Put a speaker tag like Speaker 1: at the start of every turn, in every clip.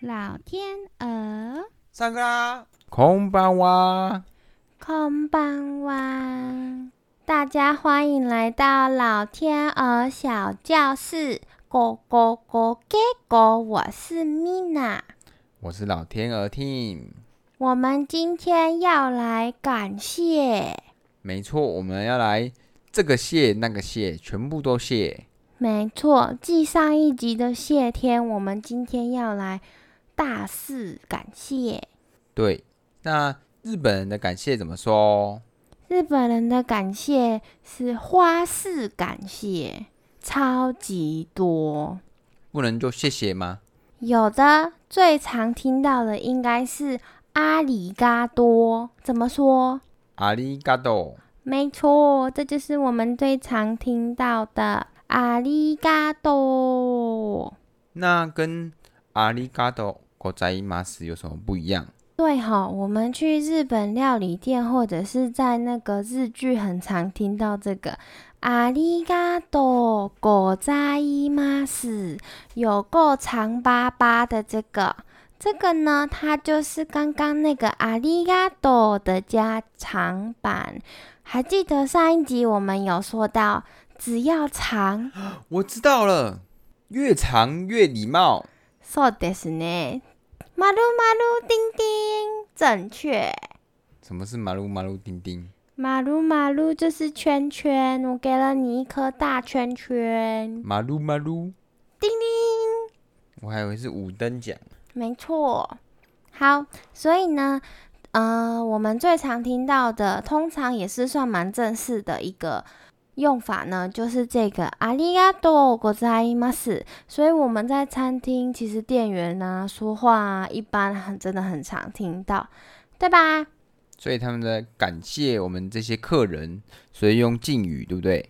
Speaker 1: 老天鹅，
Speaker 2: 上课
Speaker 3: 啊
Speaker 2: 啦！
Speaker 3: 空班哇，
Speaker 1: 空邦湾，大家欢迎来到老天鹅小教室。咕咕咕，给咕，我是米娜。
Speaker 3: 我是老天鹅 team。
Speaker 1: 我们今天要来感谢，
Speaker 3: 没错，我们要来这个谢那个谢，全部都谢。
Speaker 1: 没错，继上一集的谢天，我们今天要来大肆感谢
Speaker 3: 对，那日本人的感谢怎么说？
Speaker 1: 日本人的感谢是花式感谢，超级多。
Speaker 3: 不能就谢谢吗？
Speaker 1: 有的最常听到的应该是阿里嘎多，怎么说？
Speaker 3: 阿里嘎多，
Speaker 1: 没错，这就是我们最常听到的阿里嘎多。
Speaker 3: 那跟阿里嘎多国在马斯有什么不一样？
Speaker 1: 对吼，我们去日本料理店或者是在那个日剧，很常听到这个阿里嘎多ございます，有够长巴巴的这个。这个呢，它就是刚刚那个阿里嘎多的加长版。还记得上一集我们有说到，只要长
Speaker 3: 我知道了，越长越礼貌。
Speaker 1: そうですね。马路马路叮叮，正确。
Speaker 3: 什么是马路马路丁丁？
Speaker 1: 马路马路就是圈圈，我给了你一颗大圈圈，
Speaker 3: 马路马路，
Speaker 1: 叮叮，
Speaker 3: 我还以为是五等奖。
Speaker 1: 没错。好，所以呢，呃，我们最常听到的，通常也是算蛮正式的一个用法呢，就是这个阿里嘎多ございます。所以我们在餐厅，其实店员啊说话啊，一般很真的很常听到，对吧？
Speaker 3: 所以他们在感谢我们这些客人，所以用敬语，对不对？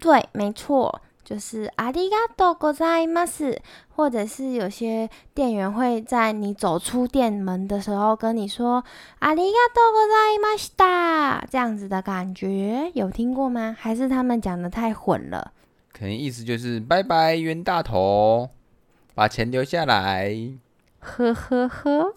Speaker 1: 对，没错，就是阿里嘎多ございます，或者是有些店员会在你走出店门的时候跟你说阿里嘎多ございました，这样子的感觉有听过吗？还是他们讲的太混了？
Speaker 3: 可能意思就是拜拜冤大头，把钱留下来。
Speaker 1: 呵呵呵。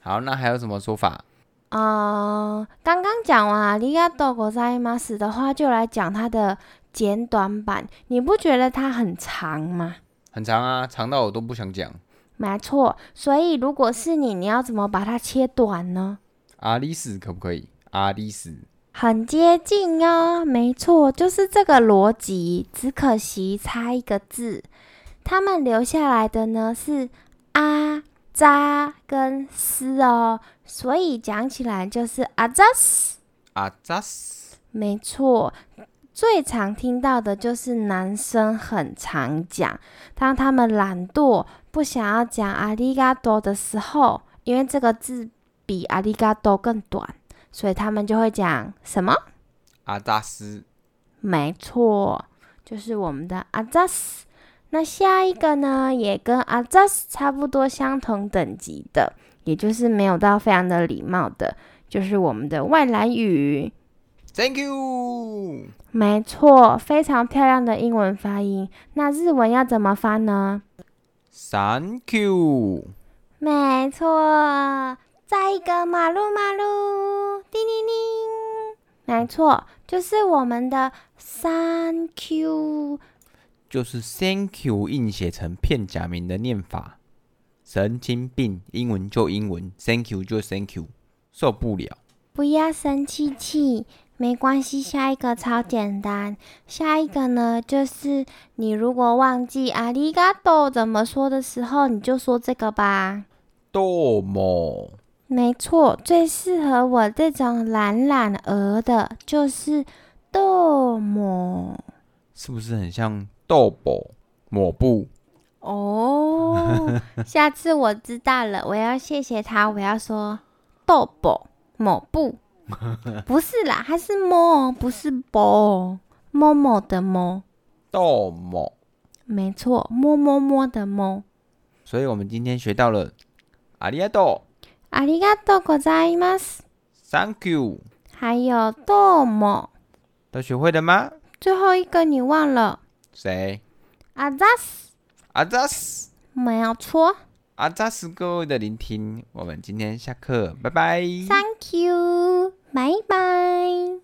Speaker 3: 好，那还有什么说法？
Speaker 1: 呃，刚刚讲完阿里嘎多ございます的话，就来讲它的简短版。你不觉得它很长吗？
Speaker 3: 很长啊，长到我都不想讲。
Speaker 1: 没错，所以如果是你，你要怎么把它切短呢？
Speaker 3: 阿里斯可不可以？阿里斯，
Speaker 1: 很接近哦，没错，就是这个逻辑，只可惜差一个字。他们留下来的呢是啊、扎跟斯哦，所以讲起来就是啊扎斯。
Speaker 3: 阿扎斯，
Speaker 1: 没错，最常听到的就是男生很常讲，当他们懒惰不想要讲阿里嘎多的时候，因为这个字比阿里嘎多更短，所以他们就会讲什么？
Speaker 3: 阿扎斯，
Speaker 1: 没错，就是我们的阿扎斯。那下一个呢，也跟阿扎斯差不多相同等级的，也就是没有到非常的礼貌的，就是我们的外来语。
Speaker 3: ，Thank you。
Speaker 1: 没错，非常漂亮的英文发音。那日文要怎么发呢？
Speaker 3: Thank you，
Speaker 1: 没错，再一个马路马路，叮铃铃。没错，就是我们的 Thank you。
Speaker 3: 就是 Thank you 硬写成片假名的念法，神经病！英文就英文，Thank you 就 Thank you，受不了。
Speaker 1: 不要生气气，没关系，下一个超简单。下一个呢，就是你如果忘记阿里嘎多怎么说的时候，你就说这个吧。
Speaker 3: 多么
Speaker 1: 没错，最适合我这种懒懒鹅的呃就是豆母
Speaker 3: 是不是很像豆腐抹布？
Speaker 1: 哦。下次我知道了，我要谢谢他，我要说豆母抹布，不是啦，它是摸，不是波，摸摸的摸，
Speaker 3: 豆么？
Speaker 1: 没错，摸摸摸的摸。
Speaker 3: 所以我们今天学到了阿里亚豆
Speaker 1: ありがとうございます。
Speaker 3: ，Thank you，
Speaker 1: 还有豆母，
Speaker 3: 都学会了吗？
Speaker 1: 最后一个你忘了，
Speaker 3: 谁？
Speaker 1: 阿扎斯
Speaker 3: 阿扎斯，
Speaker 1: 没有错。
Speaker 3: 阿扎斯各位的聆听，我们今天下课，拜拜。
Speaker 1: Thank you，拜拜。